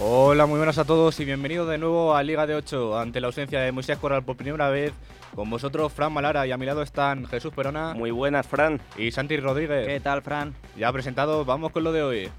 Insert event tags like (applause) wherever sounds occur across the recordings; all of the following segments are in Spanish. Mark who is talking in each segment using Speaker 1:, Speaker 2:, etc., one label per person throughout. Speaker 1: Hola, muy buenas a todos y bienvenidos de nuevo a Liga de 8. Ante la ausencia de Moisés Corral por primera vez, con vosotros Fran Malara y a mi lado están Jesús Perona
Speaker 2: Muy buenas, Fran.
Speaker 1: y Santi Rodríguez.
Speaker 3: ¿Qué tal, Fran?
Speaker 1: Ya presentados, vamos con lo de hoy.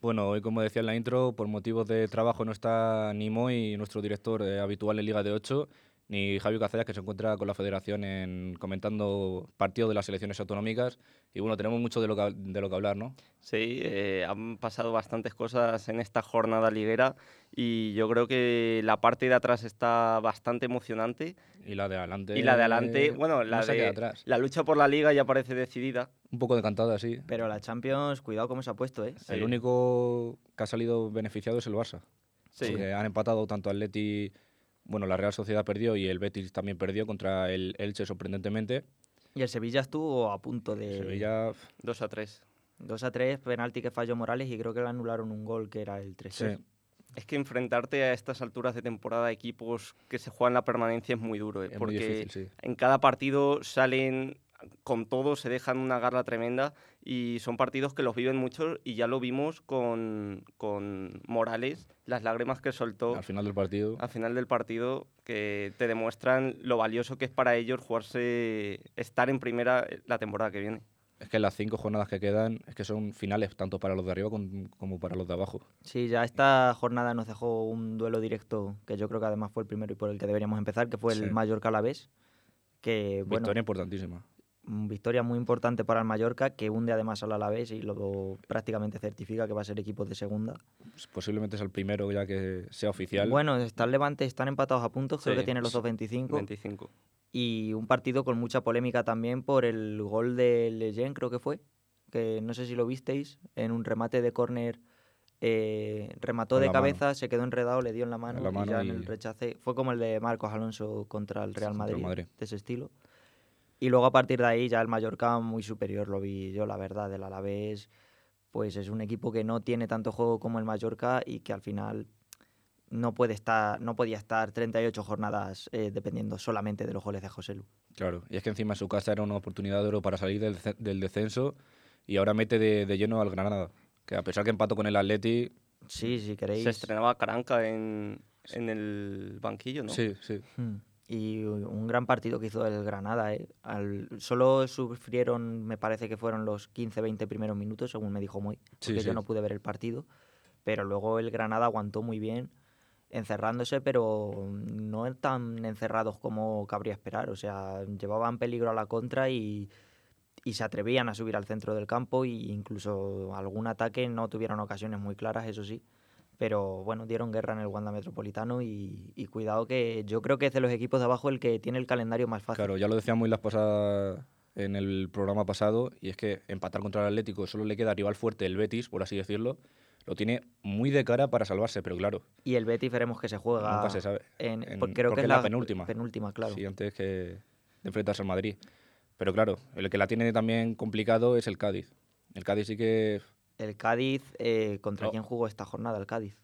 Speaker 1: Bueno, hoy como decía en la intro, por motivos de trabajo no está ni Moy, nuestro director eh, habitual en Liga de 8, ni Javier Caceras, que se encuentra con la federación en, comentando partidos de las elecciones autonómicas. Y bueno, tenemos mucho de lo que, de lo que hablar, ¿no?
Speaker 2: Sí, eh, han pasado bastantes cosas en esta jornada liguera y yo creo que la parte de atrás está bastante emocionante
Speaker 1: Y la de adelante.
Speaker 2: y la de
Speaker 1: eh,
Speaker 2: adelante, bueno, la
Speaker 1: no se
Speaker 2: de
Speaker 1: queda atrás.
Speaker 2: la lucha por la liga ya parece decidida.
Speaker 1: Un poco decantada, sí.
Speaker 3: Pero la Champions, cuidado cómo se ha puesto, ¿eh?
Speaker 2: Sí.
Speaker 1: El único que ha salido beneficiado es el Barça.
Speaker 2: Sí.
Speaker 1: Porque han empatado tanto Atleti, bueno, la Real Sociedad perdió y el Betis también perdió contra el Elche, sorprendentemente.
Speaker 3: Y el Sevilla estuvo a punto de
Speaker 1: Sevilla,
Speaker 2: 2 a 3.
Speaker 3: 2 a 3, penalti que falló Morales y creo que le anularon un gol que era el 3
Speaker 1: sí.
Speaker 2: Es que enfrentarte a estas alturas de temporada a equipos que se juegan la permanencia es muy duro, eh,
Speaker 1: Es muy
Speaker 2: porque
Speaker 1: difícil, sí.
Speaker 2: en cada partido salen con todo, se dejan una garra tremenda y son partidos que los viven muchos y ya lo vimos con, con Morales, las lágrimas que soltó
Speaker 1: Al final del partido.
Speaker 2: al final del partido que te demuestran lo valioso que es para ellos jugarse, estar en primera eh, la temporada que viene.
Speaker 1: Es que las cinco jornadas que quedan es que son finales, tanto para los de arriba con- como para los de abajo.
Speaker 3: Sí, ya esta jornada nos dejó un duelo directo que yo creo que además fue el primero y por el que deberíamos empezar, que fue el
Speaker 1: Sí.
Speaker 3: Mallorca Alavés. Que, bueno,
Speaker 1: Victoria importantísima.
Speaker 3: mm, victoria muy importante para el Mallorca, que hunde además al Alavés y lo prácticamente certifica que va a ser equipo de segunda.
Speaker 1: Posiblemente es el primero ya que sea oficial.
Speaker 3: Bueno, está el Levante, están empatados a puntos, creo
Speaker 2: Sí,
Speaker 3: que tienen los
Speaker 2: sí.
Speaker 3: dos 25.
Speaker 2: 25.
Speaker 3: y un partido con mucha polémica también por el gol de Leyen, creo que fue, que no sé si lo visteis, en un remate de córner eh, remató
Speaker 1: Con
Speaker 3: de
Speaker 1: la
Speaker 3: cabeza, se quedó enredado, le dio en la mano,
Speaker 1: la mano
Speaker 3: y ya en
Speaker 1: y-
Speaker 3: el rechace fue como el de Marcos Alonso contra el Real
Speaker 1: contra el
Speaker 3: Madrid,
Speaker 1: Madrid.
Speaker 3: de ese estilo. Y luego a partir de ahí ya el Mallorca muy superior lo vi yo, la verdad, el Alavés pues es un equipo que no tiene tanto juego como el Mallorca y que al final no puede estar no podía estar 38 jornadas eh, dependiendo solamente de los goles de José Lu.
Speaker 1: Claro, y es que encima su casa era una oportunidad de oro para salir del, ce- del descenso y ahora mete de, de lleno al Granada. Que a pesar que empató con el Atleti. Mm.
Speaker 3: Sí, si queréis.
Speaker 2: Se estrenaba Caranca en, en el banquillo, ¿no?
Speaker 1: Sí, sí.
Speaker 3: Mm. Y un gran partido que hizo el Granada. ¿eh? Al- solo sufrieron, me parece que fueron los 15-20 primeros minutos, según me dijo Moy,
Speaker 1: Sí,
Speaker 3: porque yo
Speaker 1: sí.
Speaker 3: no pude ver el partido. Pero luego el Granada aguantó muy bien, encerrándose, pero no tan encerrados como cabría esperar. O sea, llevaban peligro a la contra y, y se atrevían a subir al centro del campo e incluso algún ataque no tuvieron ocasiones muy claras, eso sí. Pero bueno, dieron guerra en el Wanda Metropolitano y, y cuidado que yo creo que es de los equipos de abajo el que tiene el calendario más fácil.
Speaker 1: Claro, ya lo decíamos las pasadas en el programa pasado, y es que empatar contra el Atlético solo le queda rival fuerte el Betis, por así decirlo. Lo tiene muy de cara para salvarse, pero claro,
Speaker 3: Y el Betis veremos que se juega.
Speaker 1: nunca se sabe.
Speaker 3: en-
Speaker 1: En-
Speaker 3: por- creo
Speaker 1: porque
Speaker 3: que
Speaker 1: es
Speaker 3: es
Speaker 1: la
Speaker 3: la,
Speaker 1: penúltima.
Speaker 3: Penúltima, claro.
Speaker 1: Sí, antes que de enfrentarse al Madrid. Pero claro, el que la tiene también complicado es el Cádiz. El Cádiz sí que
Speaker 3: El Cádiz, eh, ¿contra
Speaker 1: No.
Speaker 3: quién jugó esta jornada el Cádiz?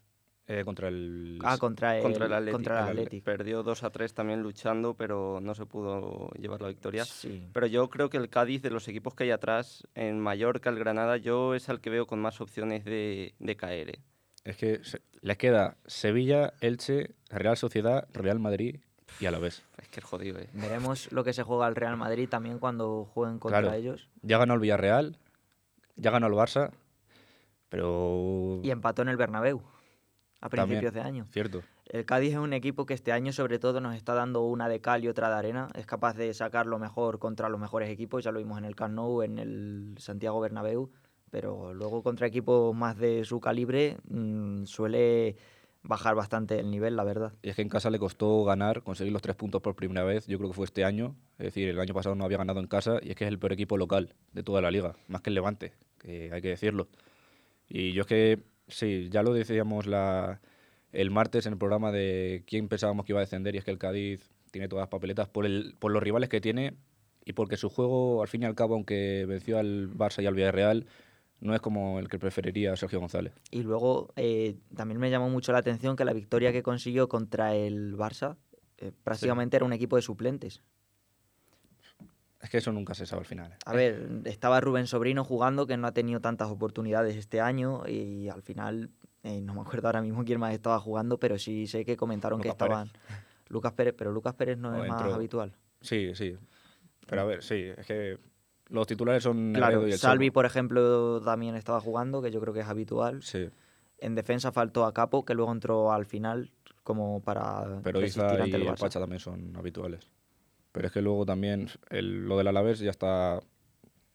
Speaker 1: eh, contra el...
Speaker 3: Ah, contra el,
Speaker 2: Contra el Atleti.
Speaker 3: Contra el
Speaker 1: El
Speaker 3: Atleti.
Speaker 2: Perdió 2 a 3 también luchando, pero no se pudo llevar la victoria.
Speaker 3: Sí.
Speaker 2: Pero yo creo que el Cádiz, de los equipos que hay atrás, en Mallorca, el Granada, yo es al que veo con más opciones de, de caer. eh.
Speaker 1: Es que se- les queda Sevilla, Elche, Real Sociedad, Real Madrid y a la vez.
Speaker 2: Es que es jodido, eh.
Speaker 3: Veremos lo que se juega el Real Madrid también cuando jueguen contra
Speaker 1: Claro.
Speaker 3: ellos.
Speaker 1: Ya ganó el Villarreal, ya ganó el Barça, pero...
Speaker 3: Y empató en el Bernabéu a
Speaker 1: También.
Speaker 3: principios de año.
Speaker 1: Cierto.
Speaker 3: El Cádiz es un equipo que este año sobre todo nos está dando una de cal y otra de arena. Es capaz de sacar lo mejor contra los mejores equipos. Ya lo vimos en el Camp Nou, en el Santiago Bernabéu. Pero luego contra equipos más de su calibre mm, suele bajar bastante el nivel, la verdad.
Speaker 1: Y es que en casa le costó ganar, conseguir los tres puntos por primera vez, yo creo que fue este año. Es decir, el año pasado no había ganado en casa y es que es el peor equipo local de toda la liga, más que el Levante, que hay que decirlo. Y yo es que, sí, ya lo decíamos la, el martes en el programa de quién pensábamos que iba a descender y es que el Cádiz tiene todas las papeletas por, el, por los rivales que tiene y porque su juego, al fin y al cabo, aunque venció al Barça y al Villarreal, no es como el que preferiría Sergio González.
Speaker 3: Y luego eh, también me llamó mucho la atención que la victoria que consiguió contra el Barça eh, prácticamente era un equipo de suplentes.
Speaker 1: Es que eso nunca se sabe al final. ¿eh?
Speaker 3: A ver, estaba Rubén Sobrino jugando que no ha tenido tantas oportunidades este año y al final eh, no me acuerdo ahora mismo quién más estaba jugando, pero sí sé que comentaron
Speaker 1: Lucas
Speaker 3: que estaban Lucas Pérez, pero Lucas Pérez no,
Speaker 1: No,
Speaker 3: es más
Speaker 1: entró.
Speaker 3: habitual.
Speaker 1: Sí, sí. Pero a ver, sí, es que los titulares son
Speaker 3: Claro,
Speaker 1: Negredo y el
Speaker 3: Salvi,
Speaker 1: Cholo.
Speaker 3: por ejemplo, también estaba jugando, que yo creo que es habitual.
Speaker 1: Sí,
Speaker 3: En defensa faltó a Capo, que luego entró al final como para
Speaker 1: pero
Speaker 3: resistir
Speaker 1: Iza y
Speaker 3: ante el
Speaker 1: el
Speaker 3: Barça.
Speaker 1: Pacha también son habituales. Pero es que luego también el- lo del Alavés ya está...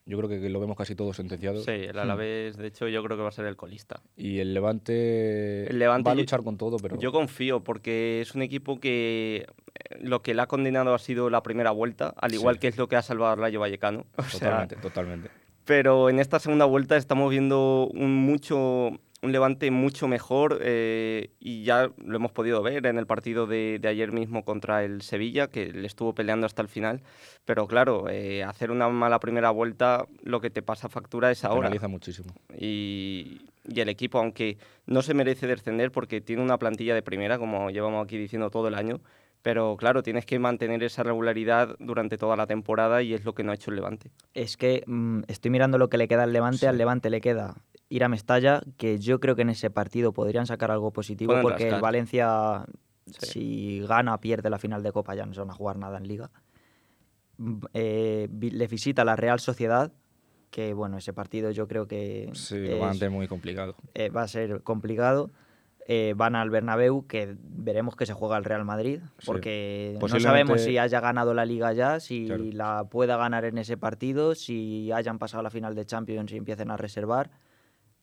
Speaker 1: Yo creo que lo vemos casi todo sentenciado.
Speaker 2: Sí, el Alavés, de hecho, yo creo que va a ser el colista.
Speaker 1: Y el Levante,
Speaker 2: El Levante
Speaker 1: va a
Speaker 2: yo-
Speaker 1: luchar con todo, pero...
Speaker 2: Yo confío porque es un equipo que eh, lo que le ha condenado ha sido la primera vuelta, al igual
Speaker 1: Sí.
Speaker 2: que es lo que ha salvado a Rayo Vallecano. (laughs) O sea,
Speaker 1: totalmente, totalmente.
Speaker 2: pero en esta segunda vuelta estamos viendo un mucho un levante mucho mejor eh, y ya lo hemos podido ver en el partido de, de ayer mismo contra el Sevilla, que le estuvo peleando hasta el final. Pero claro, eh, hacer una mala primera vuelta, lo que te pasa factura es ahora
Speaker 1: Penaliza muchísimo.
Speaker 2: y, y el equipo, aunque no se merece descender porque tiene una plantilla de primera, como llevamos aquí diciendo todo el año, pero claro, tienes que mantener esa regularidad durante toda la temporada y es lo que no ha hecho el Levante.
Speaker 3: Es que mm, estoy mirando lo que le queda al Levante.
Speaker 1: Sí.
Speaker 3: Al Levante le queda ir a Mestalla, que yo creo que en ese partido podrían sacar algo positivo,
Speaker 2: Pueden
Speaker 3: porque el
Speaker 2: rascar.
Speaker 3: Valencia,
Speaker 2: Sí.
Speaker 3: si gana, pierde la final de Copa, ya no se van a jugar nada en Liga. Mm, eh, vi- le visita la Real Sociedad, que bueno, ese partido yo creo que
Speaker 1: Sí,
Speaker 3: es-
Speaker 1: lo van a tener muy complicado.
Speaker 3: eh, va a ser complicado. Eh, van al Bernabéu, que veremos que se juega el Real Madrid,
Speaker 1: Sí.
Speaker 3: porque no
Speaker 1: Posiblemente-
Speaker 3: sabemos si haya ganado la Liga ya, si
Speaker 1: Claro.
Speaker 3: la pueda ganar en ese partido, si hayan pasado la final de Champions y empiecen a reservar.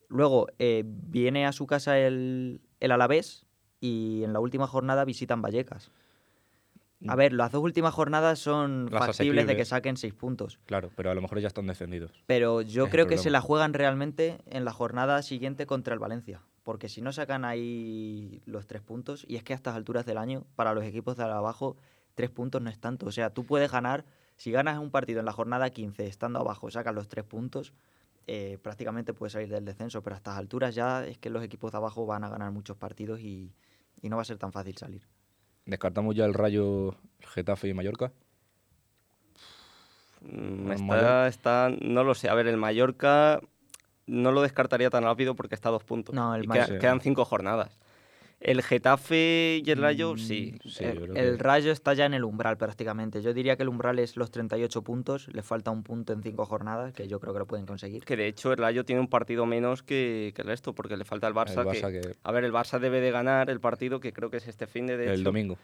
Speaker 3: Luego eh, viene a su casa el, el Alavés y en la última jornada visitan Vallecas. A
Speaker 1: Mm.
Speaker 3: ver, las dos últimas jornadas son
Speaker 1: Las
Speaker 3: factibles de que
Speaker 1: asequibles.
Speaker 3: saquen seis puntos.
Speaker 1: Claro, pero a lo mejor ya están descendidos.
Speaker 3: Pero yo
Speaker 1: Es el
Speaker 3: creo que se
Speaker 1: problema.
Speaker 3: la juegan realmente en la jornada siguiente contra el Valencia. Porque si no sacan ahí los tres puntos, y es que a estas alturas del año, para los equipos de abajo, tres puntos no es tanto. O sea, tú puedes ganar, si ganas un partido en la jornada 15 estando abajo, sacas los tres puntos, eh, prácticamente puedes salir del descenso. Pero a estas alturas ya es que los equipos de abajo van a ganar muchos partidos y, y no va a ser tan fácil salir.
Speaker 1: Descartamos ya el Rayo, Getafe y Mallorca.
Speaker 2: Mm,
Speaker 1: ¿El
Speaker 2: Está,
Speaker 1: Mallorca?
Speaker 2: está, no lo sé, a ver, el Mallorca no lo descartaría tan rápido porque está a dos puntos.
Speaker 3: No, el
Speaker 2: Y
Speaker 3: Mallorca-
Speaker 2: queda- quedan cinco jornadas. El Getafe y el Rayo, sí.
Speaker 1: Mm, Sí, yo creo
Speaker 3: el,
Speaker 1: que-
Speaker 3: Eh, el Rayo está ya en el umbral prácticamente. Yo diría que el umbral es los 38 puntos. Le falta un punto en cinco jornadas, que yo creo que lo pueden conseguir.
Speaker 2: Que de hecho el Rayo tiene un partido menos que, que el resto, porque le falta al Barça.
Speaker 1: El
Speaker 2: que-
Speaker 1: Barça que-
Speaker 2: A ver, el Barça debe de ganar el partido, que creo que es este fin de, de
Speaker 1: el
Speaker 2: hecho,
Speaker 1: domingo.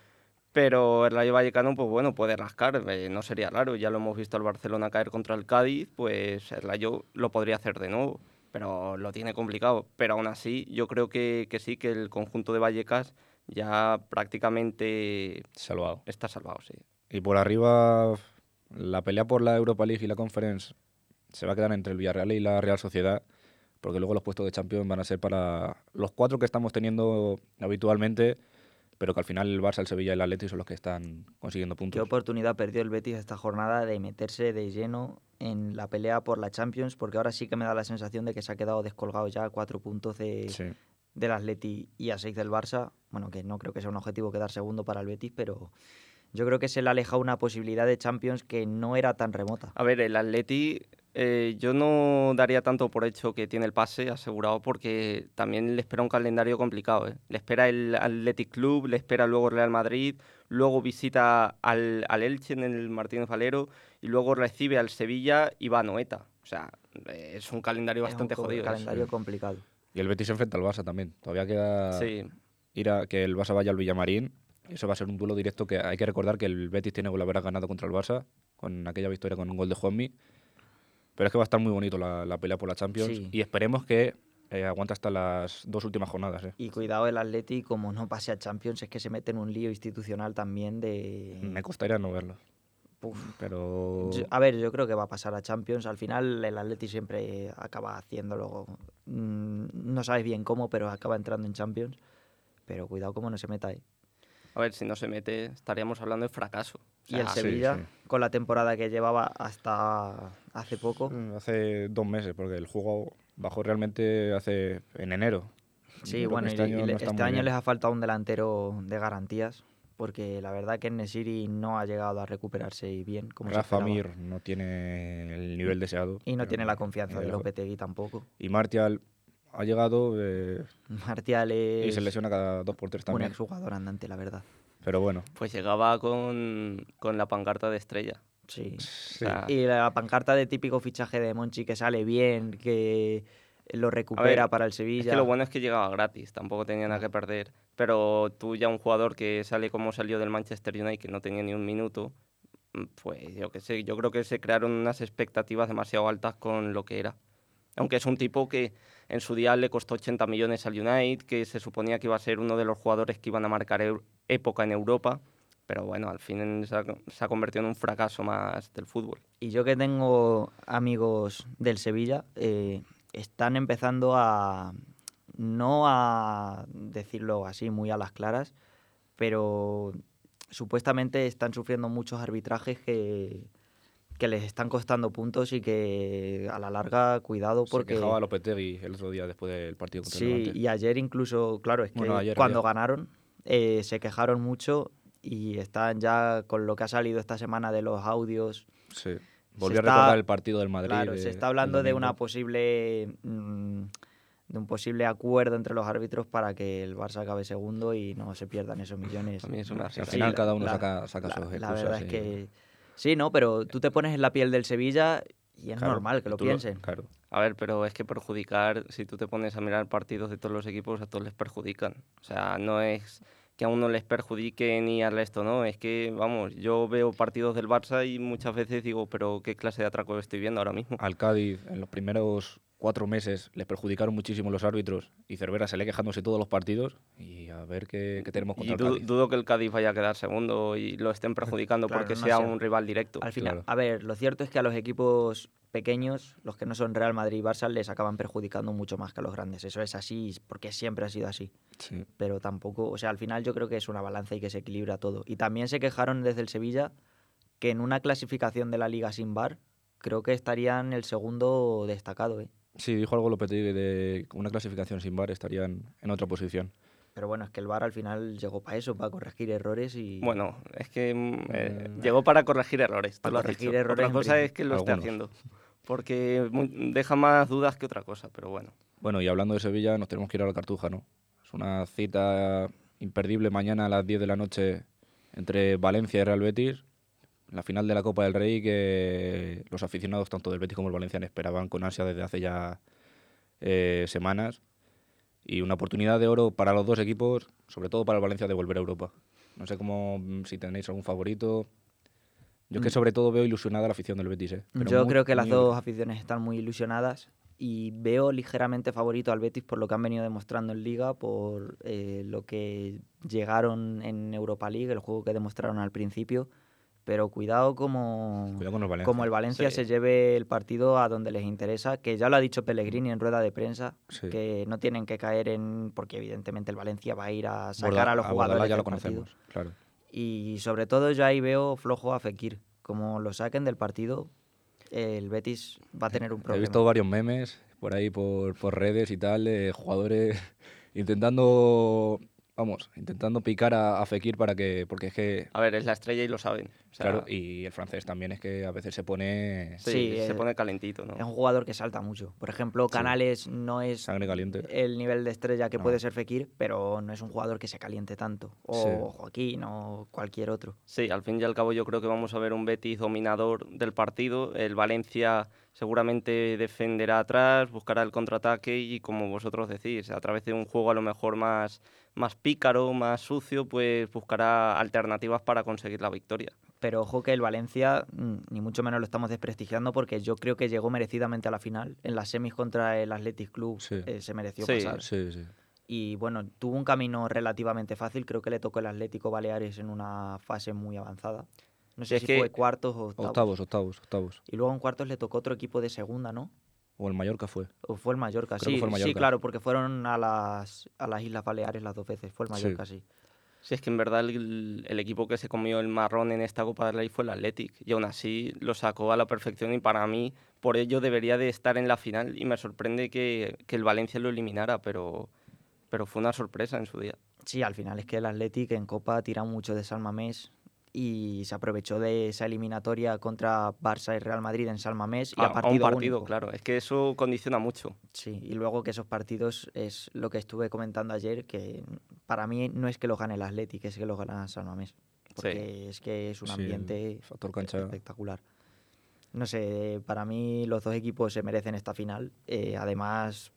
Speaker 2: Pero el Rayo Vallecano, pues bueno, puede rascar, eh, no sería raro. Ya lo hemos visto al Barcelona caer contra el Cádiz, pues el Rayo lo podría hacer de nuevo, pero lo tiene complicado. Pero aún así, yo creo que, que sí, que el conjunto de Vallecas ya prácticamente
Speaker 1: Salvado.
Speaker 2: está salvado, sí.
Speaker 1: Y por arriba, la pelea por la Europa League y la Conference se va a quedar entre el Villarreal y la Real Sociedad, porque luego los puestos de Champions van a ser para los cuatro que estamos teniendo habitualmente, pero que al final el Barça, el Sevilla y el Atleti son los que están consiguiendo
Speaker 3: ¿Qué
Speaker 1: puntos.
Speaker 3: oportunidad perdió el Betis esta jornada de meterse de lleno en la pelea por la Champions? Porque ahora sí que me da la sensación de que se ha quedado descolgado ya a cuatro puntos de,
Speaker 1: Sí.
Speaker 3: del Atleti y a seis del Barça. Bueno, que no creo que sea un objetivo quedar segundo para el Betis, pero yo creo que se le ha alejado una posibilidad de Champions que no era tan remota.
Speaker 2: A ver, el Atleti, eh, yo no daría tanto por hecho que tiene el pase asegurado porque también le espera un calendario complicado. ¿eh? Le espera el Athletic Club, le espera luego el Real Madrid, luego visita al, al Elche en el Martínez Valero y luego recibe al Sevilla y va a Noeta. O sea, eh, es un calendario
Speaker 3: Es un
Speaker 2: bastante
Speaker 3: co-
Speaker 2: jodido. ¿eh? eso.
Speaker 1: ¿eh?
Speaker 3: calendario complicado.
Speaker 1: Y el Betis se enfrenta al Barça también. Todavía queda
Speaker 2: Sí,
Speaker 1: ir a que el Barça vaya al Villamarín. Eso va a ser un duelo directo que hay que recordar que el Betis tiene que volver a ganado contra el Barça con aquella victoria con un gol de Juanmi. Pero es que va a estar muy bonito la, la pelea por la Champions
Speaker 3: Sí.
Speaker 1: y esperemos que eh, aguante hasta las dos últimas jornadas. eh.
Speaker 3: Y cuidado el Atleti, como no pase a Champions, es que se mete en un lío institucional también de...
Speaker 1: Me costaría no verlo,
Speaker 3: Puf.
Speaker 1: pero
Speaker 3: Yo- a ver, yo creo que va a pasar a Champions. Al final el Atleti siempre acaba haciéndolo. mm, No sabes bien cómo, pero acaba entrando en Champions. Pero cuidado cómo no se meta ahí.
Speaker 2: a ver, si no se mete estaríamos hablando de fracaso. O
Speaker 3: Y el
Speaker 2: sea,
Speaker 1: Ah, sí,
Speaker 3: Sevilla,
Speaker 1: sí.
Speaker 3: con la temporada que llevaba hasta hace poco.
Speaker 1: Mm, Hace dos meses, porque el juego bajó realmente hace en enero. Yo
Speaker 3: Sí,
Speaker 1: creo que
Speaker 3: bueno, y- y le- este año,
Speaker 1: no está muy bien.
Speaker 3: les ha faltado un delantero de garantías, porque la verdad que Nesiri no ha llegado a recuperarse y bien. Como se
Speaker 1: Rafa
Speaker 3: esperaba.
Speaker 1: Mir no tiene el nivel deseado.
Speaker 3: Y no
Speaker 1: pero-
Speaker 3: tiene la confianza
Speaker 1: eh,
Speaker 3: de
Speaker 1: la-
Speaker 3: Lopetegui tampoco. (laughs)
Speaker 1: Y Martial ha llegado eh,
Speaker 3: Martial es
Speaker 1: y se lesiona cada dos por tres
Speaker 3: un
Speaker 1: también.
Speaker 3: exjugador andante, la verdad.
Speaker 1: Pero bueno,
Speaker 2: Pues llegaba con, con la pancarta de estrella.
Speaker 3: Sí.
Speaker 2: O
Speaker 1: sí.
Speaker 2: sea,
Speaker 3: Y la pancarta de típico fichaje de Monchi que sale bien, que lo recupera para el Sevilla.
Speaker 2: es que lo bueno es que llegaba gratis, tampoco tenía nada que perder. Pero tú ya un jugador que sale como salió del Manchester United, que no tenía ni un minuto, mm, pues yo qué sé, yo creo que se crearon unas expectativas demasiado altas con lo que era. Aunque es un tipo que en su día le costó 80 millones al United, que se suponía que iba a ser uno de los jugadores que iban a marcar eu- época en Europa, pero bueno, al fin se ha- se ha convertido en un fracaso más del fútbol.
Speaker 3: Y yo que tengo amigos del Sevilla, eh, están empezando a, no a decirlo así muy a las claras, pero supuestamente están sufriendo muchos arbitrajes que, que les están costando puntos y que a la larga cuidado porque...
Speaker 1: Se quejaba Lopetegui el otro día después del partido contra el
Speaker 3: Sí,
Speaker 1: Levante.
Speaker 3: y ayer incluso, claro, es que
Speaker 1: Bueno, ayer,
Speaker 3: cuando
Speaker 1: ayer.
Speaker 3: ganaron eh, se quejaron mucho y están ya con lo que ha salido esta semana de los audios
Speaker 1: Sí.
Speaker 3: se
Speaker 1: Volvió a
Speaker 3: está-
Speaker 1: recordar el partido del Madrid.
Speaker 3: Claro,
Speaker 1: eh,
Speaker 3: se está
Speaker 1: el
Speaker 3: hablando de una pues,
Speaker 1: domingo.
Speaker 3: posible mm, de un posible acuerdo entre los árbitros para que el Barça acabe segundo y no se pierdan esos millones.
Speaker 2: A mí es una
Speaker 1: Al
Speaker 2: risa.
Speaker 1: final
Speaker 3: la-
Speaker 1: cada uno
Speaker 3: la-
Speaker 1: saca, saca
Speaker 3: la,
Speaker 1: sus
Speaker 3: la
Speaker 1: excusas.
Speaker 3: verdad
Speaker 1: y-
Speaker 3: es que sí, no, pero tú te pones en la piel del Sevilla y es
Speaker 1: Claro,
Speaker 3: normal que lo
Speaker 1: tú
Speaker 3: piensen.
Speaker 1: claro.
Speaker 2: A ver, pero es que perjudicar, si tú te pones a mirar partidos de todos los equipos, a todos les perjudican. O sea, no es que a uno les perjudique ni al resto, ¿no? Es que, vamos, yo veo partidos del Barça y muchas veces digo, pero ¿qué clase de atraco estoy viendo ahora mismo?
Speaker 3: Ah,
Speaker 1: Al Cádiz, en los primeros cuatro meses, les perjudicaron muchísimo los árbitros y Cervera se le quejándose todos los partidos y a ver qué, qué tenemos
Speaker 2: Y
Speaker 1: contra
Speaker 2: du-
Speaker 1: el Cádiz.
Speaker 2: dudo que el Cádiz vaya a quedar segundo y lo estén perjudicando
Speaker 3: Pues, Claro,
Speaker 2: porque
Speaker 3: no
Speaker 2: sea
Speaker 3: sé.
Speaker 2: un rival directo.
Speaker 3: Al final,
Speaker 1: Claro.
Speaker 3: a ver, lo cierto es que a los equipos pequeños, los que no son Real Madrid y Barça, les acaban perjudicando mucho más que a los grandes. Eso es así porque siempre ha sido así.
Speaker 1: Sí.
Speaker 3: pero tampoco, o sea, al final yo creo que es una balanza y que se equilibra todo. Y también se quejaron desde el Sevilla que en una clasificación de la liga sin bar, creo que estarían el segundo destacado, ¿eh?
Speaker 1: Sí, dijo algo Lopetegui de una clasificación sin bar estarían en otra posición.
Speaker 3: Pero bueno, es que el bar al final llegó para eso, para corregir errores y
Speaker 2: Bueno, es que mm, eh,
Speaker 1: Mm.
Speaker 2: llegó para corregir errores. tú
Speaker 3: Para
Speaker 2: lo has
Speaker 3: corregir
Speaker 2: dicho.
Speaker 3: errores en
Speaker 2: Otra cosa
Speaker 3: principio.
Speaker 2: es que lo esté
Speaker 1: Algunos.
Speaker 2: haciendo. Porque mu- deja más dudas que otra cosa, pero bueno.
Speaker 1: Bueno, y hablando de Sevilla, nos tenemos que ir a la Cartuja, ¿no? Es una cita imperdible mañana a las 10 de la noche entre Valencia y Real Betis. La final de la Copa del Rey que los aficionados tanto del Betis como del Valenciano esperaban con ansia desde hace ya eh, semanas. Y una oportunidad de oro para los dos equipos, sobre todo para el Valencia de volver a Europa. No sé cómo, mm, si tenéis algún favorito. Yo es que
Speaker 3: Mm.
Speaker 1: sobre todo veo ilusionada la afición del Betis. ¿eh? Pero
Speaker 3: yo
Speaker 1: muy-
Speaker 3: creo que las
Speaker 1: muy-
Speaker 3: dos aficiones están muy ilusionadas y veo ligeramente favorito al Betis por lo que han venido demostrando en Liga, por eh, lo que llegaron en Europa League, el juego que demostraron al principio. Pero cuidado como...
Speaker 1: Cuidado con el Valencia.
Speaker 3: como el Valencia
Speaker 2: Sí.
Speaker 3: se lleve el partido a donde les interesa, que ya lo ha dicho Pellegrini en rueda de prensa,
Speaker 1: Sí.
Speaker 3: que no tienen que caer en, porque evidentemente el Valencia va a ir a sacar
Speaker 1: Borda-
Speaker 3: a los
Speaker 1: Bordalás
Speaker 3: jugadores
Speaker 1: ya lo
Speaker 3: del partido.
Speaker 1: conocemos, claro.
Speaker 3: Y sobre todo yo ahí veo flojo a Fekir, como lo saquen del partido, el Betis va a tener un
Speaker 1: He
Speaker 3: problema.
Speaker 1: visto varios memes por ahí, por, por redes y tal, de jugadores (laughs) intentando, vamos, intentando picar a, a Fekir para que, porque es que,
Speaker 2: A ver, es la estrella y lo saben. O sea,
Speaker 1: claro, y el francés también es que a veces se pone
Speaker 2: Sí,
Speaker 3: Sí,
Speaker 2: se
Speaker 3: eh,
Speaker 2: pone calentito, ¿no?
Speaker 3: Es un jugador que salta mucho. Por ejemplo, Canales no es
Speaker 1: sangre caliente.
Speaker 3: el nivel de estrella que
Speaker 1: No.
Speaker 3: puede ser Fekir, pero no es un jugador que se caliente tanto. O
Speaker 1: Sí.
Speaker 3: Joaquín o cualquier otro.
Speaker 2: Sí, al fin y al cabo yo creo que vamos a ver un Betis dominador del partido. El Valencia seguramente defenderá atrás, buscará el contraataque y como vosotros decís, a través de un juego a lo mejor más, más pícaro, más sucio, pues buscará alternativas para conseguir la victoria.
Speaker 3: Pero ojo que el Valencia, mm, ni mucho menos lo estamos desprestigiando, porque yo creo que llegó merecidamente a la final. En las semis contra el Athletic Club
Speaker 1: Sí.
Speaker 3: eh, se mereció
Speaker 2: Sí.
Speaker 3: pasar.
Speaker 1: Sí, sí.
Speaker 3: Y bueno, tuvo un camino relativamente fácil. Creo que le tocó el Atlético Baleares en una fase muy avanzada. No sé
Speaker 2: Es
Speaker 3: si
Speaker 2: que-
Speaker 3: fue cuartos o octavos.
Speaker 1: Octavos, octavos, octavos.
Speaker 3: Y luego en cuartos le tocó otro equipo de segunda, ¿no?
Speaker 1: O el Mallorca fue.
Speaker 3: O fue el Mallorca,
Speaker 1: Creo que
Speaker 3: sí.
Speaker 1: fue el
Speaker 3: Sí,
Speaker 1: Mallorca.
Speaker 3: claro, porque fueron a las, a las Islas Baleares las dos veces. Fue el
Speaker 1: Sí.
Speaker 3: Mallorca, sí.
Speaker 2: Si es que en verdad el, el equipo que se comió el marrón en esta Copa del Rey fue el Athletic y aún así lo sacó a la perfección y para mí por ello debería de estar en la final y me sorprende que, que el Valencia lo eliminara, pero, pero fue una sorpresa en su día.
Speaker 3: Sí, al final es que el Athletic en Copa tira mucho de Salmamés y se aprovechó de esa eliminatoria contra Barça y Real Madrid en Salmamés y
Speaker 2: A-
Speaker 3: a,
Speaker 2: a
Speaker 3: partido,
Speaker 2: un partido,
Speaker 3: único.
Speaker 2: claro. Es que eso condiciona mucho.
Speaker 3: Sí, y luego que esos partidos es lo que estuve comentando ayer, que para mí no es que lo gane el Athletic, es que lo gana San Mamés. Porque es que es un
Speaker 1: Sí, el
Speaker 3: ambiente
Speaker 1: factor cancha.
Speaker 3: espectacular. No sé, para mí los dos equipos se merecen esta final. Eh, además,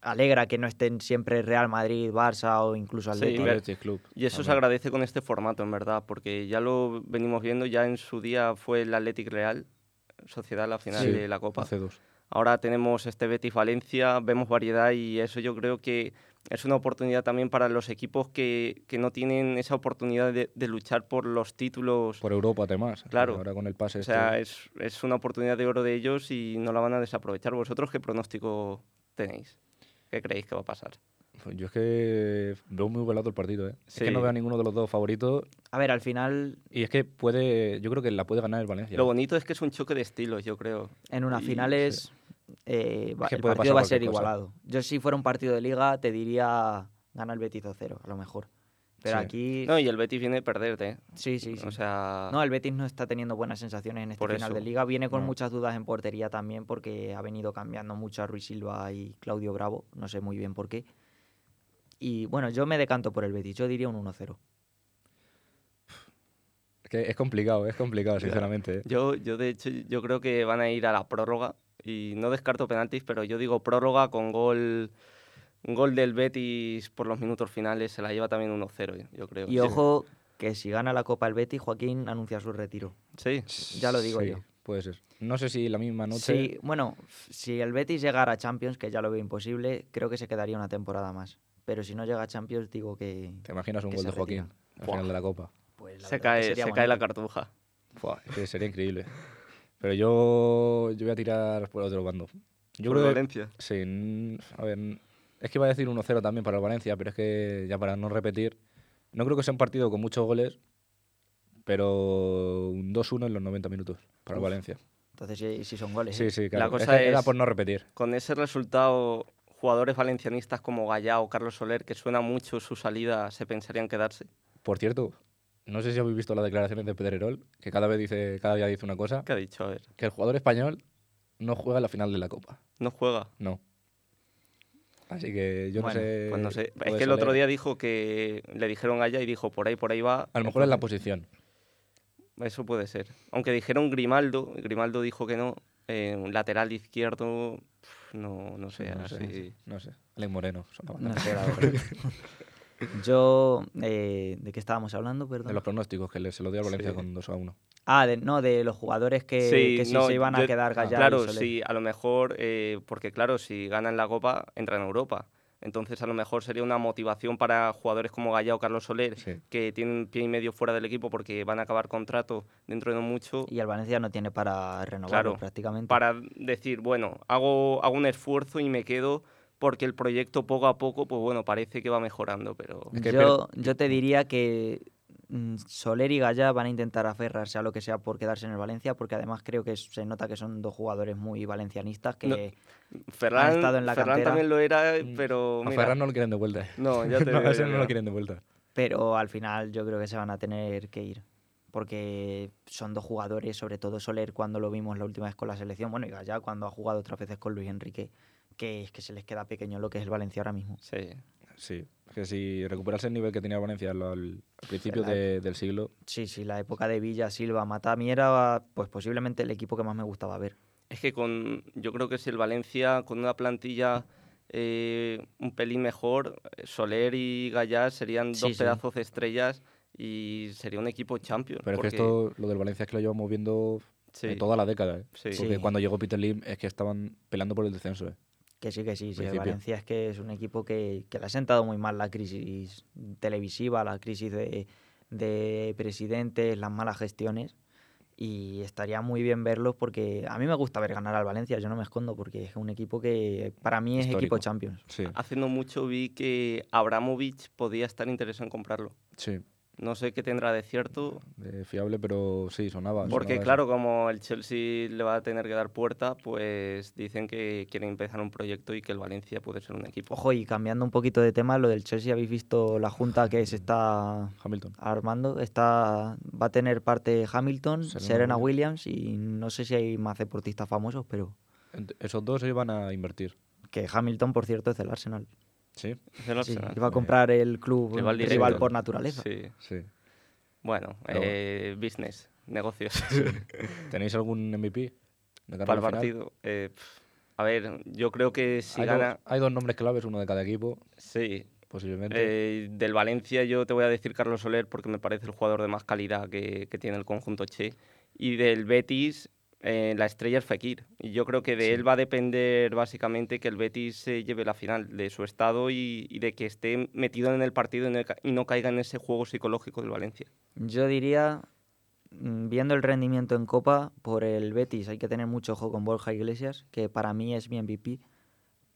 Speaker 3: alegra que no estén siempre Real Madrid, Barça o incluso
Speaker 2: Sí,
Speaker 3: Athletic.
Speaker 2: ver-
Speaker 1: Athletic Club.
Speaker 2: Y eso se
Speaker 1: también.
Speaker 2: agradece con este formato, en verdad, porque ya lo venimos viendo, ya en su día fue el Athletic Real, Sociedad, la final
Speaker 1: Sí,
Speaker 2: de la Copa.
Speaker 1: Hace dos.
Speaker 2: Ahora tenemos este Betis Valencia, vemos variedad y eso yo creo que es una oportunidad también para los equipos que, que no tienen esa oportunidad de, de luchar por los títulos.
Speaker 1: Por Europa, además.
Speaker 2: Claro.
Speaker 1: Ahora con el pase.
Speaker 2: o sea,
Speaker 1: este.
Speaker 2: es, es una oportunidad de oro de ellos y no la van a desaprovechar. ¿Vosotros qué pronóstico tenéis? ¿Qué creéis que va a pasar?
Speaker 1: Pues Yo es que veo muy velado el partido, ¿eh? Es
Speaker 2: Sí.
Speaker 1: que no veo a ninguno de los dos favoritos.
Speaker 3: A ver, al final,
Speaker 1: Y es que puede. Yo creo que la puede ganar el Valencia.
Speaker 2: Lo bonito es que es un choque de estilos, yo creo.
Speaker 3: en unas
Speaker 2: Y-
Speaker 3: finales eh, va-
Speaker 1: Es que
Speaker 3: el
Speaker 1: puede
Speaker 3: partido
Speaker 1: pasar
Speaker 3: va a ser
Speaker 1: cualquier cosa.
Speaker 3: igualado. Yo si fuera un partido de liga te diría gana el Betis 2-0, a lo mejor. Pero
Speaker 1: Sí.
Speaker 3: aquí...
Speaker 2: No, y el Betis viene a perderte. ¿eh?
Speaker 3: sí, sí, sí.
Speaker 2: O sea,
Speaker 3: No, el Betis no está teniendo buenas sensaciones en este
Speaker 2: Por
Speaker 3: final de
Speaker 2: eso.
Speaker 3: liga. Viene con
Speaker 1: No.
Speaker 3: muchas dudas en portería también porque ha venido cambiando mucho a Ruiz Silva y Claudio Bravo. No sé muy bien por qué. Y bueno, yo me decanto por el Betis. Yo diría un 1-0.
Speaker 1: Es que es complicado, es complicado, sinceramente. ¿eh?
Speaker 2: yo, yo de hecho yo creo que van a ir a la prórroga y no descarto penaltis, pero yo digo prórroga con gol gol del Betis por los minutos finales, se la lleva también 1-0, yo creo.
Speaker 3: Y ojo que si gana la Copa el Betis, Joaquín anuncia su retiro.
Speaker 2: Sí.
Speaker 3: Ya lo digo
Speaker 1: Sí,
Speaker 3: yo.
Speaker 1: Puede ser. No sé si la misma noche.
Speaker 3: Sí, bueno, si el Betis llegara a Champions, que ya lo veo imposible, creo que se quedaría una temporada más. Pero si no llega a Champions, digo que...
Speaker 1: ¿Te imaginas un
Speaker 3: que
Speaker 1: gol
Speaker 3: se
Speaker 1: de Joaquín
Speaker 3: retira.
Speaker 1: al
Speaker 2: Buah.
Speaker 1: final de la Copa?
Speaker 3: pues, la
Speaker 2: Se,
Speaker 3: verdad que
Speaker 2: cae,
Speaker 3: sería
Speaker 2: se cae la
Speaker 3: bonito.
Speaker 2: cartuja.
Speaker 1: Buah, es que sería increíble. Pero yo, yo voy a tirar por otro bando. Yo
Speaker 2: Por
Speaker 1: creo que-
Speaker 2: Valencia.
Speaker 1: Sí, n- a ver, n- es que iba a decir 1-0 también para el Valencia, pero es que ya para no repetir, no creo que sea un partido con muchos goles, pero un 2-1 en los 90 minutos para el Valencia.
Speaker 3: Entonces sí, sí son goles.
Speaker 1: Sí,
Speaker 3: ¿eh?
Speaker 1: sí, claro.
Speaker 2: La
Speaker 1: Es
Speaker 2: cosa
Speaker 1: que era
Speaker 2: es-
Speaker 1: por no repetir.
Speaker 2: Con ese resultado, jugadores valencianistas como Gallá o Carlos Soler, que suena mucho su salida, se pensarían quedarse.
Speaker 1: Por cierto, no sé si habéis visto las declaraciones de Pedrerol, que cada vez dice, cada día dice una cosa,
Speaker 2: ¿Qué ha dicho? A ver,
Speaker 1: que el jugador español no juega la final de la Copa.
Speaker 2: no juega.
Speaker 1: No. Así que yo
Speaker 3: Bueno,
Speaker 1: no sé.
Speaker 2: Pues no sé.
Speaker 1: lo
Speaker 2: Es
Speaker 1: de
Speaker 2: que el otro
Speaker 1: Soler.
Speaker 2: día dijo que le dijeron allá y dijo por ahí, por ahí va.
Speaker 1: A lo mejor es la
Speaker 2: Entonces,
Speaker 1: posición.
Speaker 2: Eso puede ser. Aunque dijeron Grimaldo, Grimaldo dijo que no. eh, un lateral izquierdo, pf, no, no sé.
Speaker 1: no,
Speaker 2: así-
Speaker 1: sé, no sé. Alex Moreno. suena
Speaker 3: No
Speaker 1: bastante.
Speaker 2: (laughs)
Speaker 3: sé, la verdad. Yo, eh, ¿de qué estábamos hablando? Perdón.
Speaker 1: De los pronósticos que le- se lo dio al Valencia
Speaker 2: Sí.
Speaker 1: con 2 a 1.
Speaker 3: Ah, de- no, de los jugadores
Speaker 2: Eh,
Speaker 3: que, que sí
Speaker 2: no,
Speaker 3: se iban a
Speaker 2: yo- ah,
Speaker 3: quedar Gallardo. y
Speaker 2: Claro,
Speaker 3: Soler.
Speaker 2: sí, a lo mejor, eh, porque claro, si ganan la Copa, entran a Europa. Entonces, a lo mejor sería una motivación para jugadores como Gallá o Carlos Soler,
Speaker 1: Sí.
Speaker 2: que tienen pie y medio fuera del equipo porque van a acabar contrato dentro de no mucho.
Speaker 3: Y el Valencia no tiene para renovarlo
Speaker 2: Claro,
Speaker 3: prácticamente.
Speaker 2: para decir, bueno, hago, hago un esfuerzo y me quedo porque el proyecto poco a poco, pues bueno, parece que va mejorando, pero...
Speaker 1: Es que
Speaker 3: yo, yo te diría que mm, Soler y Gallá van a intentar aferrarse a lo que sea por quedarse en el Valencia, porque además creo que se nota que son dos jugadores muy valencianistas que
Speaker 2: No, Ferran,
Speaker 3: Han estado en la
Speaker 2: Ferran
Speaker 3: cantera.
Speaker 2: también lo era, pero...
Speaker 1: a
Speaker 2: Pues mira,
Speaker 1: Ferran no lo quieren de vuelta. eh. (laughs)
Speaker 2: No, (laughs) ya te
Speaker 1: no,
Speaker 2: digo,
Speaker 1: a ese no
Speaker 2: ya te
Speaker 1: lo
Speaker 2: digo.
Speaker 1: quieren de vuelta.
Speaker 3: pero al final yo creo que se van a tener que ir. Porque son dos jugadores, sobre todo Soler cuando lo vimos la última vez con la selección, bueno, y Gallá cuando ha jugado otras veces con Luis Enrique, que es que se les queda pequeño lo que es el Valencia ahora mismo.
Speaker 2: Sí.
Speaker 1: Sí. Es que si recuperase el nivel que tenía Valencia al, al principio
Speaker 3: Será-
Speaker 1: de- del siglo.
Speaker 3: Sí, sí, la época de Villa, Silva, Matami era pues posiblemente el equipo que más me gustaba ver.
Speaker 2: Es que con, yo creo que si el Valencia con una plantilla eh, un pelín mejor, Soler y Gallá serían
Speaker 3: Sí,
Speaker 2: dos
Speaker 3: sí.
Speaker 2: pedazos de estrellas y sería un equipo champion.
Speaker 1: Pero es que esto, lo del Valencia es que lo llevamos viendo
Speaker 2: Sí.
Speaker 1: de toda la década. eh.
Speaker 2: Sí.
Speaker 1: Porque
Speaker 3: Sí.
Speaker 1: cuando llegó Peter Lim es que estaban peleando por el descenso. eh.
Speaker 3: Que sí, que sí, sí, el
Speaker 1: Principio.
Speaker 3: Valencia es que es un equipo que, que le ha sentado muy mal la crisis televisiva, la crisis de, de presidentes, las malas gestiones. y estaría muy bien verlos porque a mí me gusta ver ganar al Valencia, yo no me escondo porque es un equipo que para mí es
Speaker 1: Histórico.
Speaker 3: equipo Champions.
Speaker 1: Sí,
Speaker 2: Haciendo mucho vi que Abramovich podía estar interesado en comprarlo.
Speaker 1: sí.
Speaker 2: No sé qué tendrá de cierto,
Speaker 1: eh, fiable, pero sí, sonaba. sonaba
Speaker 2: porque
Speaker 1: eso.
Speaker 2: claro, como el Chelsea le va a tener que dar puerta, pues dicen que quieren empezar un proyecto y que el Valencia puede ser un equipo.
Speaker 3: Ojo, y cambiando un poquito de tema, lo del Chelsea, habéis visto la junta que se está
Speaker 1: Hamilton.
Speaker 3: armando, está va a tener parte Hamilton,
Speaker 1: Serena
Speaker 3: Serena, Williams y no sé si hay más deportistas famosos, pero
Speaker 1: Ent- Esos dos se iban a invertir.
Speaker 3: que Hamilton, por cierto, es del Arsenal.
Speaker 1: Sí,
Speaker 2: Es el
Speaker 3: Sí,
Speaker 2: Arsenal.
Speaker 3: iba a comprar el club
Speaker 2: Rival
Speaker 3: rival,
Speaker 2: directo.
Speaker 3: por naturaleza.
Speaker 2: Sí.
Speaker 1: sí.
Speaker 2: Bueno,
Speaker 1: Pero-
Speaker 2: eh, business, negocios. (laughs)
Speaker 1: ¿Tenéis algún MVP? de cara
Speaker 2: Para el
Speaker 1: al final?
Speaker 2: partido. eh, pf, a ver, yo creo que si
Speaker 1: Hay,
Speaker 2: gana.
Speaker 1: dos, hay dos nombres claves, uno de cada equipo,
Speaker 2: Sí.
Speaker 1: posiblemente.
Speaker 2: Eh, del Valencia yo te voy a decir Carlos Soler porque me parece el jugador de más calidad que, que tiene el conjunto Che. Y del Betis, eh, la estrella es Fekir. Y yo creo que de
Speaker 1: Sí.
Speaker 2: él va a depender básicamente que el Betis se lleve la final, de su estado y, y de que esté metido en el partido y no, ca- y no caiga en ese juego psicológico del Valencia.
Speaker 3: Yo diría, mm, viendo el rendimiento en Copa, por el Betis hay que tener mucho ojo con Borja Iglesias, que para mí es mi MVP.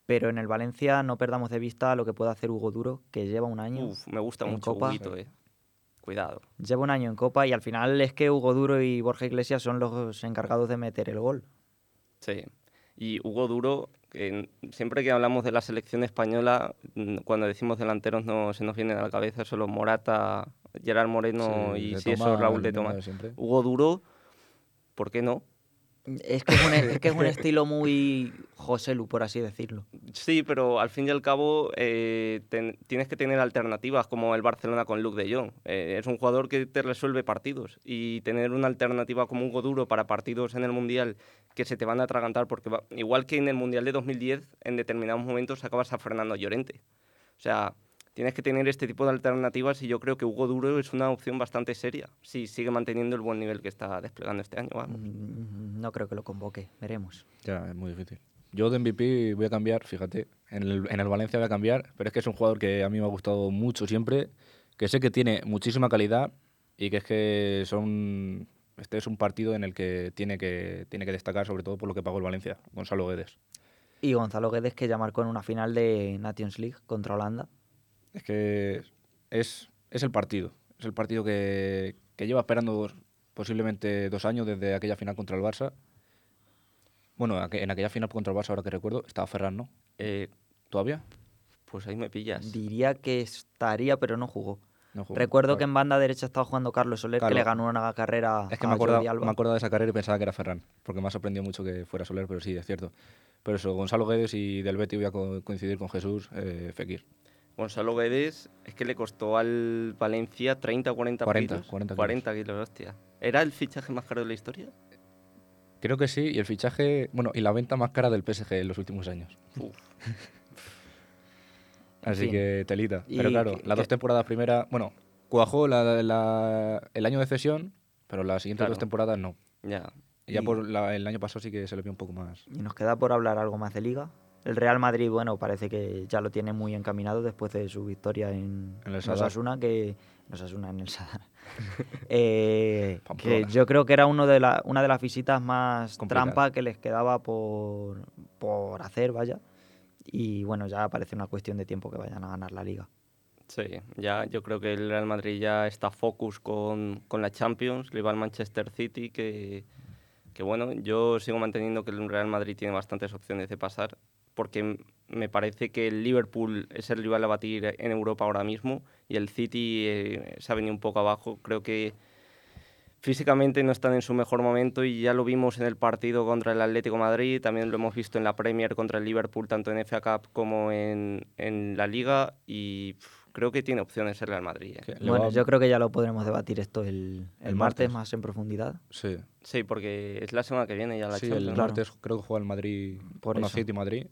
Speaker 3: Pero en el Valencia no perdamos de vista lo que puede hacer Hugo Duro, que lleva un año.
Speaker 2: Uf, me gusta
Speaker 3: en
Speaker 2: mucho
Speaker 3: Copa.
Speaker 2: Huguito, eh. Cuidado.
Speaker 3: Lleva un año en Copa y al final es que Hugo Duro y Borja Iglesias son los encargados de meter el gol.
Speaker 2: Sí. Y Hugo Duro, que n- siempre que hablamos de la selección española, mm, cuando decimos delanteros no se nos vienen a la cabeza solo Morata, Gerard Moreno
Speaker 1: Sí,
Speaker 2: y
Speaker 1: de
Speaker 2: si eso
Speaker 1: Tomás,
Speaker 2: Raúl de
Speaker 1: el mismo
Speaker 2: Tomás.
Speaker 1: siempre.
Speaker 2: Hugo Duro, ¿por qué no?
Speaker 3: Es que es un, e, es que es un estilo muy José Lu, por así decirlo.
Speaker 2: Sí, pero al fin y al cabo eh, ten- tienes que tener alternativas, como el Barcelona con Luke de Jong. Eh, es un jugador que te resuelve partidos y tener una alternativa como Hugo Duro para partidos en el Mundial que se te van a atragantar, porque va- igual que en el Mundial de 2010, en determinados momentos acabas a Fernando Llorente. O sea, tienes que tener este tipo de alternativas y yo creo que Hugo Duro es una opción bastante seria, si sigue manteniendo el buen nivel que está desplegando este año. vamos.
Speaker 3: Mm, No creo que lo convoque, veremos.
Speaker 1: Ya, es muy difícil. Yo de MVP voy a cambiar, fíjate. En el, en el Valencia voy a cambiar, pero es que es un jugador que a mí me ha gustado mucho siempre, que sé que tiene muchísima calidad y que es que son, este es un partido en el que tiene que, tiene que destacar, sobre todo por lo que pagó el Valencia, Gonzalo Guedes.
Speaker 3: Y Gonzalo Guedes que ya marcó en una final de Nations League contra Holanda.
Speaker 1: Es que es, es el partido. Es el partido que, que lleva esperando dos- posiblemente dos años desde aquella final contra el Barça. Bueno, aqu- en aquella final contra el Barça, ahora que recuerdo, estaba Ferran, ¿no?
Speaker 2: Eh,
Speaker 1: ¿Todavía?
Speaker 2: pues ahí me pillas.
Speaker 3: Diría que estaría, pero no jugó.
Speaker 1: No jugó.
Speaker 3: Recuerdo
Speaker 1: Vale.
Speaker 3: que en banda derecha estaba jugando Carlos Soler,
Speaker 1: Carlos.
Speaker 3: que le ganó una carrera
Speaker 1: Es que
Speaker 3: a
Speaker 1: me acordaba,
Speaker 3: Jordi Alba.
Speaker 1: me acordaba de esa carrera y pensaba que era Ferran, porque me ha sorprendido mucho que fuera Soler, pero sí, es cierto. Pero eso, Gonzalo Guedes y Del Betis voy a co- coincidir con Jesús eh, Fekir.
Speaker 2: Gonzalo Guedes es que le costó al Valencia 30 o 40,
Speaker 1: 40,
Speaker 2: kilos.
Speaker 1: 40 kilos.
Speaker 2: kilos, hostia. ¿Era el fichaje más caro de la historia?
Speaker 1: Creo que sí, y el fichaje, bueno, y la venta más cara del PSG en los últimos años.
Speaker 2: Uf.
Speaker 1: Así
Speaker 3: fin.
Speaker 1: que telita. Pero
Speaker 3: Y
Speaker 1: claro,
Speaker 3: que-
Speaker 1: las dos
Speaker 3: que-
Speaker 1: temporadas primeras, bueno, cuajó la- la- el año de cesión, pero las siguientes
Speaker 2: Claro.
Speaker 1: dos temporadas no.
Speaker 2: Ya.
Speaker 1: Y ya
Speaker 3: Y-
Speaker 1: por la- el año pasado sí que se le vio un poco más.
Speaker 3: Y nos queda por hablar algo más de liga. El Real Madrid, bueno, parece que ya lo tiene muy encaminado después de su victoria en,
Speaker 1: En el
Speaker 3: en
Speaker 1: Sadar.
Speaker 3: Osasuna, que en Osasuna, en el
Speaker 1: (laughs)
Speaker 3: Sadar. Eh, que
Speaker 1: Pamplona.
Speaker 3: yo creo que era uno de la- una de las visitas más
Speaker 1: Complicada.
Speaker 3: trampa que les quedaba por, por hacer, vaya. Y bueno, ya parece una cuestión de tiempo que vayan a ganar la liga.
Speaker 2: Sí, ya yo creo que el Real Madrid ya está focus con, con la Champions, le va al Manchester City, que, que bueno, yo sigo manteniendo que el Real Madrid tiene bastantes opciones de pasar, porque m- me parece que el Liverpool es el rival a batir en Europa ahora mismo y el City eh, se ha venido un poco abajo. Creo que físicamente no están en su mejor momento y ya lo vimos en el partido contra el Atlético de Madrid, también lo hemos visto en la Premier contra el Liverpool, tanto en FA Cup como en, en la Liga y pff, creo que tiene opciones el Real Madrid. ¿eh?
Speaker 1: Que le
Speaker 3: Bueno,
Speaker 1: va-
Speaker 3: yo creo que ya lo podremos debatir esto el, el
Speaker 1: El
Speaker 3: martes
Speaker 1: martes.
Speaker 3: más en profundidad.
Speaker 1: Sí,
Speaker 2: Sí, porque es la semana que viene ya la
Speaker 1: Sí,
Speaker 2: Champions.
Speaker 1: el
Speaker 3: claro.
Speaker 1: martes creo que juega el Madrid,
Speaker 3: Por
Speaker 1: bueno,
Speaker 3: eso.
Speaker 1: City Madrid.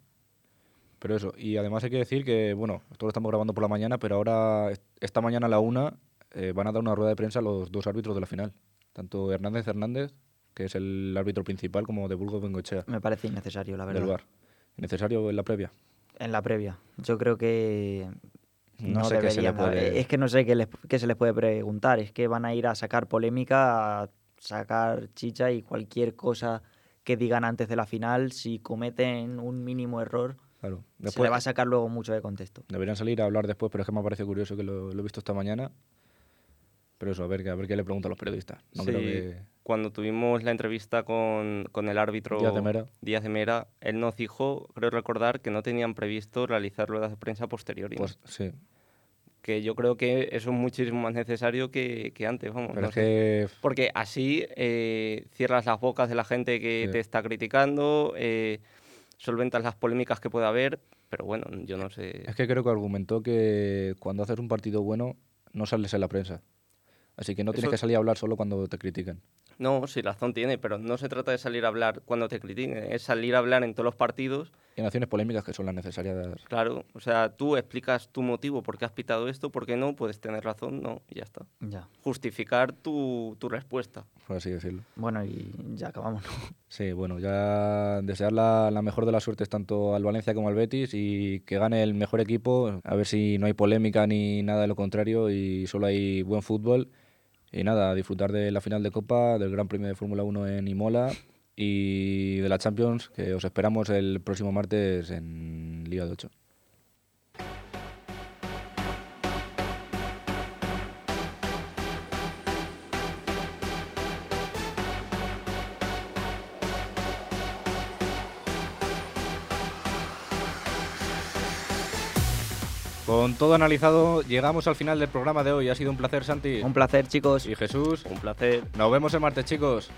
Speaker 1: Pero eso, y además hay que decir que, bueno, esto lo estamos grabando por la mañana, pero ahora, est- esta mañana a la una, eh, van a dar una rueda de prensa los dos árbitros de la final. Tanto Hernández Hernández, que es el árbitro principal, como de Burgos Bengochea,
Speaker 3: Me parece innecesario, la verdad.
Speaker 1: del VAR. ¿Necesario en la previa?
Speaker 3: En la previa. Yo creo que.
Speaker 1: No sé qué se le
Speaker 3: deberían haber-
Speaker 1: puede-
Speaker 3: Es que no sé qué, les- qué se les puede preguntar. Es que van a ir a sacar polémica a sacar chicha y cualquier cosa que digan antes de la final, si cometen un mínimo error,
Speaker 1: Claro.
Speaker 3: se le
Speaker 1: Después
Speaker 3: va a sacar luego mucho de contexto.
Speaker 1: deberían salir a hablar después, pero es que me ha parecido curioso que lo, lo he visto esta mañana. Pero eso, a ver, que- a ver qué le preguntan los periodistas. No creo
Speaker 2: Sí,
Speaker 1: que...
Speaker 2: Cuando tuvimos la entrevista con, con el árbitro
Speaker 1: Díaz de Mera.
Speaker 2: Díaz de Mera, él nos dijo, creo recordar, que no tenían previsto realizar ruedas de prensa posteriores.
Speaker 1: Pues sí,
Speaker 2: que yo creo que eso es muchísimo más necesario que, que antes, vamos.
Speaker 1: pero
Speaker 2: no
Speaker 1: es
Speaker 2: sé.
Speaker 1: que...
Speaker 2: Porque así eh, cierras las bocas de la gente que
Speaker 1: Sí.
Speaker 2: te está criticando, eh, solventas las polémicas que pueda haber, pero bueno, yo no sé.
Speaker 1: Es que creo que argumentó que cuando haces un partido bueno no sales en la prensa. Así que no tienes
Speaker 2: Eso-
Speaker 1: que salir a hablar solo cuando te critican.
Speaker 2: No, sí, razón tiene, pero no se trata de salir a hablar cuando te critiquen, es salir a hablar en todos los partidos.
Speaker 1: Y en acciones polémicas que son las necesarias.
Speaker 2: Claro, o sea, tú explicas tu motivo, por qué has pitado esto, por qué no, puedes tener razón, no, y ya está.
Speaker 3: Ya.
Speaker 2: Justificar tu, tu respuesta.
Speaker 1: por así decirlo.
Speaker 3: Bueno, y ya acabamos. ¿no?
Speaker 1: Sí, bueno, ya desear la, la mejor de las suertes tanto al Valencia como al Betis y que gane el mejor equipo, a ver si no hay polémica ni nada de lo contrario y solo hay buen fútbol. Y nada, disfrutar de la final de Copa, del Gran Premio de Fórmula 1 en Imola y de la Champions, que os esperamos el próximo martes en Liga de 8. Con todo analizado, llegamos al final del programa de hoy. Ha sido un placer, Santi
Speaker 3: Un placer, chicos.
Speaker 1: y Jesús.
Speaker 2: Un placer.
Speaker 1: Nos vemos el martes, chicos.